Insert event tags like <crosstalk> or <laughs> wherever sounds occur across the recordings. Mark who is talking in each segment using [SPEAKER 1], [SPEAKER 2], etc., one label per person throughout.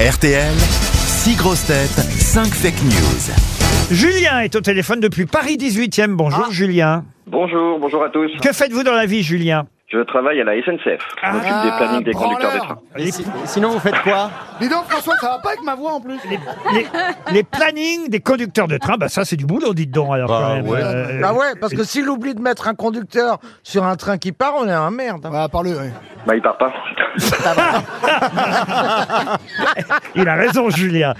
[SPEAKER 1] RTL, 6 grosses têtes, 5 fake news.
[SPEAKER 2] Julien est au téléphone depuis Paris 18e. Bonjour Julien.
[SPEAKER 3] Bonjour, bonjour à tous.
[SPEAKER 2] Que faites-vous dans la vie Julien
[SPEAKER 3] Je travaille à la SNCF. Je m'occupe des plannings des conducteurs des
[SPEAKER 2] les,
[SPEAKER 3] trains.
[SPEAKER 4] Sinon, vous faites quoi
[SPEAKER 5] Ah, Dis donc, François, ça va pas avec ma voix en plus
[SPEAKER 2] les- les plannings des conducteurs de train, bah ça c'est du boulot, dites donc. Alors, quand même. Euh,
[SPEAKER 5] Bah ouais, parce que s'il oublie de mettre un conducteur sur un train qui part, on est un merde. hein.
[SPEAKER 4] Ah, parle, ouais.
[SPEAKER 3] Bah, il part pas. <laughs>
[SPEAKER 2] Il a raison, Julien.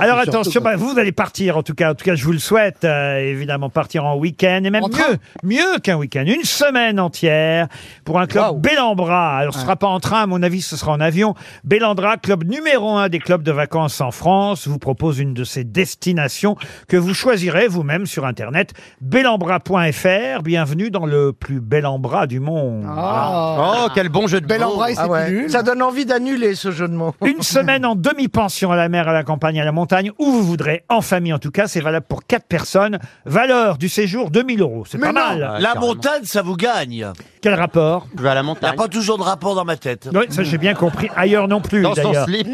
[SPEAKER 2] Alors attention, bah, vous allez partir en tout cas. En tout cas, je vous le souhaite, euh, évidemment, partir en week-end et même mieux, mieux qu'un week-end, une semaine entière pour un club Bellambra. Alors, ce sera pas en train, à mon avis, ce sera en avion. Bellambra, club numéro un des clubs de vacances en France, vous propose une de ses destinations que vous choisirez vous-même sur internet bellambra.fr. Bienvenue dans le plus bel embras du monde.
[SPEAKER 4] Oh, quel bon jeu de
[SPEAKER 5] Bel
[SPEAKER 4] mots.
[SPEAKER 5] embrasse, ah ouais. Ça donne envie d'annuler ce jeu de mots.
[SPEAKER 2] Une semaine en demi-pension à la mer, à la campagne, à la montagne, où vous voudrez, en famille en tout cas, c'est valable pour quatre personnes. Valeur du séjour 2000 euros, c'est pas mal.
[SPEAKER 4] Ah,
[SPEAKER 6] La
[SPEAKER 4] carrément.
[SPEAKER 6] montagne, ça vous gagne.
[SPEAKER 2] Quel rapport
[SPEAKER 4] Je vais à la
[SPEAKER 6] Il n'y a
[SPEAKER 4] montagne.
[SPEAKER 6] pas toujours de rapport dans ma tête.
[SPEAKER 2] Oui, ça j'ai bien compris. Ailleurs non plus
[SPEAKER 4] Dans son
[SPEAKER 2] d'ailleurs.
[SPEAKER 4] slip.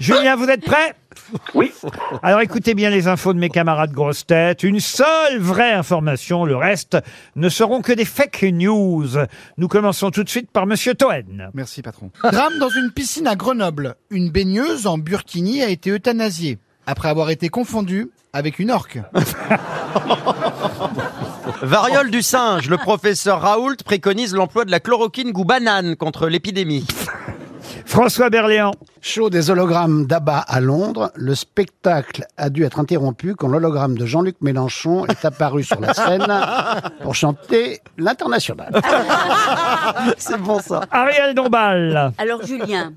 [SPEAKER 2] Julien, vous êtes prêt
[SPEAKER 3] Oui.
[SPEAKER 2] Alors écoutez bien les infos de mes camarades grosses têtes. Une seule vraie information, le reste ne seront que des fake news. Nous commençons tout de suite par Monsieur Toen.
[SPEAKER 4] Merci, patron.
[SPEAKER 7] Drame dans une piscine à Grenoble. Une baigneuse en burkini a été euthanasiée après avoir été confondue avec une orque.
[SPEAKER 4] Variole du singe. Le professeur Raoult préconise l'emploi de la chloroquine goût banane contre l'épidémie.
[SPEAKER 2] François Berléand.
[SPEAKER 8] Show des hologrammes d'Abba à Londres, le spectacle a dû être interrompu quand l'hologramme de Jean-Luc Mélenchon est apparu sur la scène pour chanter l'international.
[SPEAKER 4] <laughs> C'est bon, ça.
[SPEAKER 2] Ariel Dombal.
[SPEAKER 9] Alors Julien,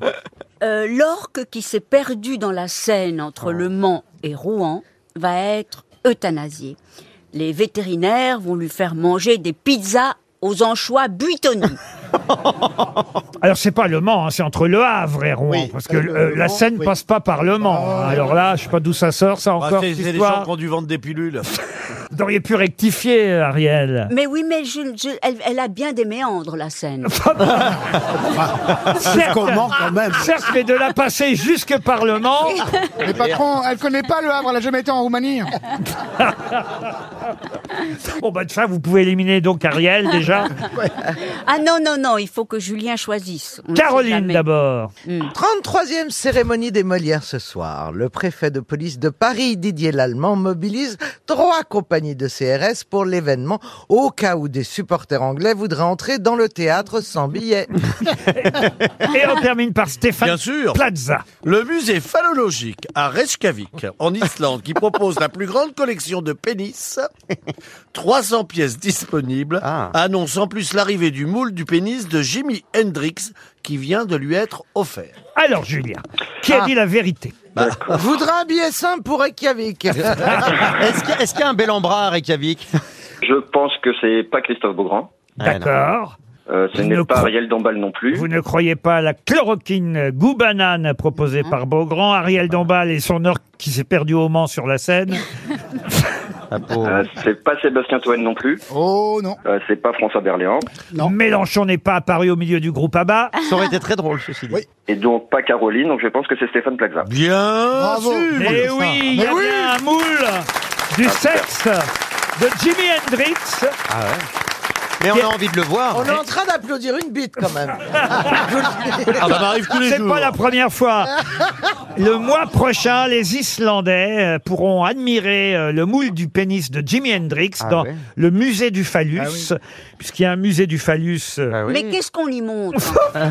[SPEAKER 9] euh, l'orque qui s'est perdu dans la Seine
[SPEAKER 4] Ah.
[SPEAKER 9] entre Le Mans et Rouen va être euthanasié. Les vétérinaires vont lui faire manger des pizzas aux anchois
[SPEAKER 4] <laughs>
[SPEAKER 9] buitonnés.
[SPEAKER 2] Alors c'est pas Le Mans, hein, c'est entre Le Havre et Rouen,
[SPEAKER 8] Oui,
[SPEAKER 2] parce que
[SPEAKER 8] euh,
[SPEAKER 2] euh,
[SPEAKER 8] Le
[SPEAKER 2] la
[SPEAKER 8] Mans,
[SPEAKER 2] Seine
[SPEAKER 8] oui. Ah,
[SPEAKER 2] passe pas par Le Mans. hein. Alors là, je sais pas d'où ça sort, ça
[SPEAKER 6] Bah,
[SPEAKER 2] encore.
[SPEAKER 6] c'est
[SPEAKER 2] cette
[SPEAKER 6] c'est les gens
[SPEAKER 2] histoire.
[SPEAKER 6] qui ont dû vendre des pilules.
[SPEAKER 2] <laughs> Vous auriez pu rectifier, euh, Ariel.
[SPEAKER 8] Ah,
[SPEAKER 9] Mais oui, mais je- je- elle, elle a bien des méandres, la Seine.
[SPEAKER 2] Certes,
[SPEAKER 8] Comment quand même
[SPEAKER 2] certes, mais de la passer jusque par Le
[SPEAKER 8] <laughs>
[SPEAKER 2] Mans.
[SPEAKER 7] Mais patron, elle connaît pas le Havre, elle a jamais été en Roumanie.
[SPEAKER 2] Bon bah de ça, vous pouvez éliminer donc Ariel
[SPEAKER 8] <laughs>
[SPEAKER 2] déjà.
[SPEAKER 9] Ah non, non, non, il faut que Julien choisisse. On ne sait
[SPEAKER 2] Caroline
[SPEAKER 9] jamais.
[SPEAKER 2] d'abord.
[SPEAKER 4] 33e cérémonie des Molières ce soir. Le préfet de police de Paris, Didier Lallemand, mobilise trois compagnies de CRS pour l'événement au cas où des supporters anglais voudraient entrer dans le théâtre
[SPEAKER 5] <laughs>
[SPEAKER 4] sans billets.
[SPEAKER 2] Et on termine par Stéphane
[SPEAKER 6] Bien sûr.
[SPEAKER 2] Plaza.
[SPEAKER 6] Le musée phallologique à Reykjavik, en Islande, qui propose la plus grande collection de pénis, <laughs> 300 pièces disponibles,
[SPEAKER 4] Ah.
[SPEAKER 6] annonce en plus l'arrivée du moule du pénis de Jimi Hendrix, qui vient de lui être offert.
[SPEAKER 2] Alors Julien, qui a dit la vérité
[SPEAKER 5] Voudra un billet simple pour Reykjavik. <laughs>
[SPEAKER 4] Est-ce qu'il y, a- est-ce qu'il y a un bel embras à Reykjavik Eh,
[SPEAKER 3] Je pense que c'est pas Christophe Beaugrand.
[SPEAKER 6] Ah,
[SPEAKER 2] D'accord.
[SPEAKER 3] Euh, ce
[SPEAKER 2] Il
[SPEAKER 3] n'est
[SPEAKER 2] ne
[SPEAKER 3] pas
[SPEAKER 2] croit-
[SPEAKER 3] Ariel Dombal non plus.
[SPEAKER 2] Vous ne croyez pas à la chloroquine goût banane proposée par Beaugrand, Ariel Dombal et son orque qui s'est perdu au Mans sur la Seine.
[SPEAKER 4] Ah, pauvre.
[SPEAKER 3] Euh, c'est pas Sébastien Toen non plus.
[SPEAKER 7] Oh non.
[SPEAKER 3] Euh, c'est pas François Berléand.
[SPEAKER 8] Non.
[SPEAKER 2] Mélenchon n'est pas apparu au milieu du groupe ABBA.
[SPEAKER 4] Ça aurait été très drôle, ceci dit.
[SPEAKER 7] Oui.
[SPEAKER 3] Et donc pas Caroline, donc je pense que c'est Stéphane Plaza.
[SPEAKER 6] Bien
[SPEAKER 7] Bravo.
[SPEAKER 6] sûr.
[SPEAKER 2] Eh oui, il y a bien un moule du sexe de Jimi Hendrix.
[SPEAKER 4] Mais on a envie de le voir.
[SPEAKER 5] On est en train d'applaudir une bite quand
[SPEAKER 7] <laughs>
[SPEAKER 5] même.
[SPEAKER 6] Ah, ça m'arrive tous les
[SPEAKER 2] C'est
[SPEAKER 6] jours.
[SPEAKER 2] pas la première fois. Le mois prochain, les Islandais euh, pourront admirer euh, le moule du pénis de Jimi Hendrix
[SPEAKER 4] Ah
[SPEAKER 2] dans
[SPEAKER 4] ouais.
[SPEAKER 2] le musée du phallus, puisqu'il y a un musée du phallus. euh,
[SPEAKER 4] Ah oui.
[SPEAKER 9] Mais qu'est-ce qu'on lui montre
[SPEAKER 4] <laughs>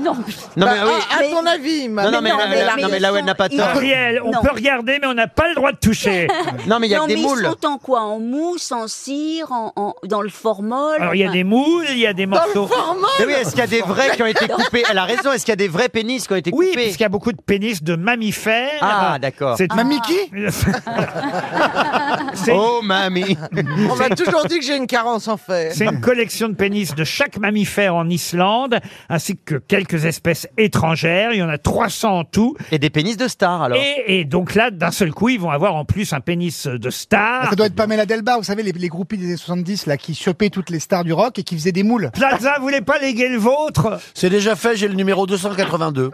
[SPEAKER 9] Non,
[SPEAKER 4] Non, mais
[SPEAKER 5] Bah,
[SPEAKER 4] oui.
[SPEAKER 5] à, à
[SPEAKER 9] Mais-
[SPEAKER 5] ton avis, ma
[SPEAKER 4] Non, non, mais,
[SPEAKER 9] non,
[SPEAKER 4] là-
[SPEAKER 9] mais
[SPEAKER 4] là-
[SPEAKER 9] la
[SPEAKER 4] non, mais là où elle n'a pas
[SPEAKER 9] maison,
[SPEAKER 4] tort.
[SPEAKER 9] il-
[SPEAKER 2] Ariel, on
[SPEAKER 9] Non.
[SPEAKER 2] peut regarder, mais on n'a pas le droit de toucher.
[SPEAKER 4] Non, mais il y a
[SPEAKER 9] non,
[SPEAKER 4] que des
[SPEAKER 9] mais
[SPEAKER 4] moules.
[SPEAKER 9] ils sont en quoi En mousse, en cire, en, en- dans le formol
[SPEAKER 2] Alors, il y a
[SPEAKER 9] enfin,
[SPEAKER 2] des moules, il y a des morceaux.
[SPEAKER 4] Mais oui, est-ce qu'il y a des vrais qui ont été coupés Elle a raison, est-ce qu'il y a des vrais pénis qui ont été
[SPEAKER 2] Oui,
[SPEAKER 4] coupés
[SPEAKER 2] parce qu'il y a beaucoup de pénis de mammifères.
[SPEAKER 4] Ah, d'accord.
[SPEAKER 2] C'est
[SPEAKER 7] Mamie qui
[SPEAKER 2] c'est-
[SPEAKER 4] Oh, mamie
[SPEAKER 5] On m'a toujours dit que j'ai une carence en fait.
[SPEAKER 2] C'est une collection de pénis de chaque mammifère en Islande, ainsi que quelques quelques espèces étrangères. Il y en a 300 en tout.
[SPEAKER 10] Et des pénis de stars, alors
[SPEAKER 2] Et, et donc là, d'un seul coup, ils vont avoir en plus un pénis de star.
[SPEAKER 7] Ça doit être Pamela Delba, vous savez, les, les groupies des années 70, là, qui chopaient toutes les stars du rock et qui faisaient des moules.
[SPEAKER 2] Plaza, vous voulez pas léguer le vôtre
[SPEAKER 6] C'est déjà fait, j'ai le numéro 282.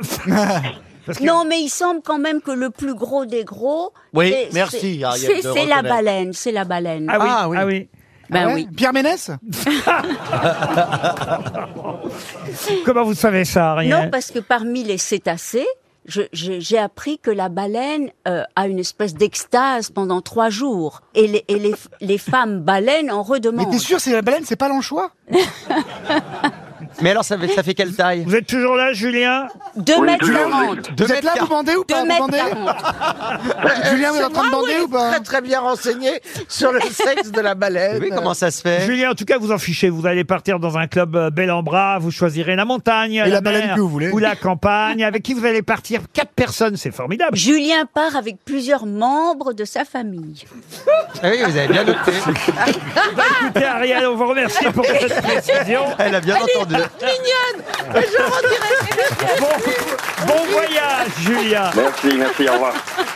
[SPEAKER 2] Parce que-
[SPEAKER 9] Non, mais il semble quand même que le plus gros des gros.
[SPEAKER 6] Oui,
[SPEAKER 9] c'est-
[SPEAKER 6] merci,
[SPEAKER 9] c'est-
[SPEAKER 6] Ariel,
[SPEAKER 9] C'est
[SPEAKER 6] de
[SPEAKER 9] c'est la
[SPEAKER 6] reconnaître.
[SPEAKER 9] baleine, c'est la baleine.
[SPEAKER 2] Ah oui,
[SPEAKER 4] Ah oui.
[SPEAKER 2] ah oui.
[SPEAKER 9] ben
[SPEAKER 7] Ah ouais
[SPEAKER 9] oui.
[SPEAKER 7] Pierre Ménès
[SPEAKER 2] Comment vous savez ça, Ariel
[SPEAKER 9] Non, parce que parmi les cétacés, je- je- j'ai appris que la baleine euh, a une espèce d'extase pendant trois jours. Et les, et les, les femmes baleines en
[SPEAKER 7] Mais
[SPEAKER 9] redemandent.
[SPEAKER 7] t'es sûr, c'est la baleine, c'est pas l'anchois
[SPEAKER 10] Mais alors, ça fait, ça fait quelle taille
[SPEAKER 2] Vous êtes toujours là, Julien
[SPEAKER 9] 2
[SPEAKER 3] Oui,
[SPEAKER 9] mètres
[SPEAKER 3] deux,
[SPEAKER 9] 40.
[SPEAKER 7] Vous êtes là, vous bandez ou
[SPEAKER 9] 2
[SPEAKER 7] pas Vous
[SPEAKER 9] mètres
[SPEAKER 7] bandez
[SPEAKER 9] 40.
[SPEAKER 7] Julien, vous êtes en train de
[SPEAKER 4] Ah oui,
[SPEAKER 7] bander ou pas
[SPEAKER 4] Très très bien renseigné sur le sexe de la baleine.
[SPEAKER 10] Oui, comment ça se
[SPEAKER 7] Eh.
[SPEAKER 10] fait
[SPEAKER 2] Julien, en tout cas, vous en fichez. Vous allez partir dans un club euh, bel en bras. Vous choisirez la montagne, la,
[SPEAKER 7] la baleine
[SPEAKER 2] mer,
[SPEAKER 7] que vous voulez.
[SPEAKER 2] ou la campagne. Avec qui vous allez partir Quatre personnes, c'est
[SPEAKER 7] <laughs>
[SPEAKER 2] formidable.
[SPEAKER 9] Julien part avec plusieurs membres de sa famille.
[SPEAKER 10] Ah Oui, vous avez bien noté.
[SPEAKER 2] Écoutez, Ariel, on vous remercie
[SPEAKER 7] <laughs>
[SPEAKER 2] pour cette précision.
[SPEAKER 10] <laughs> Elle a bien entendu.
[SPEAKER 2] Bon, bon voyage, Julien.
[SPEAKER 3] Merci, merci, au revoir.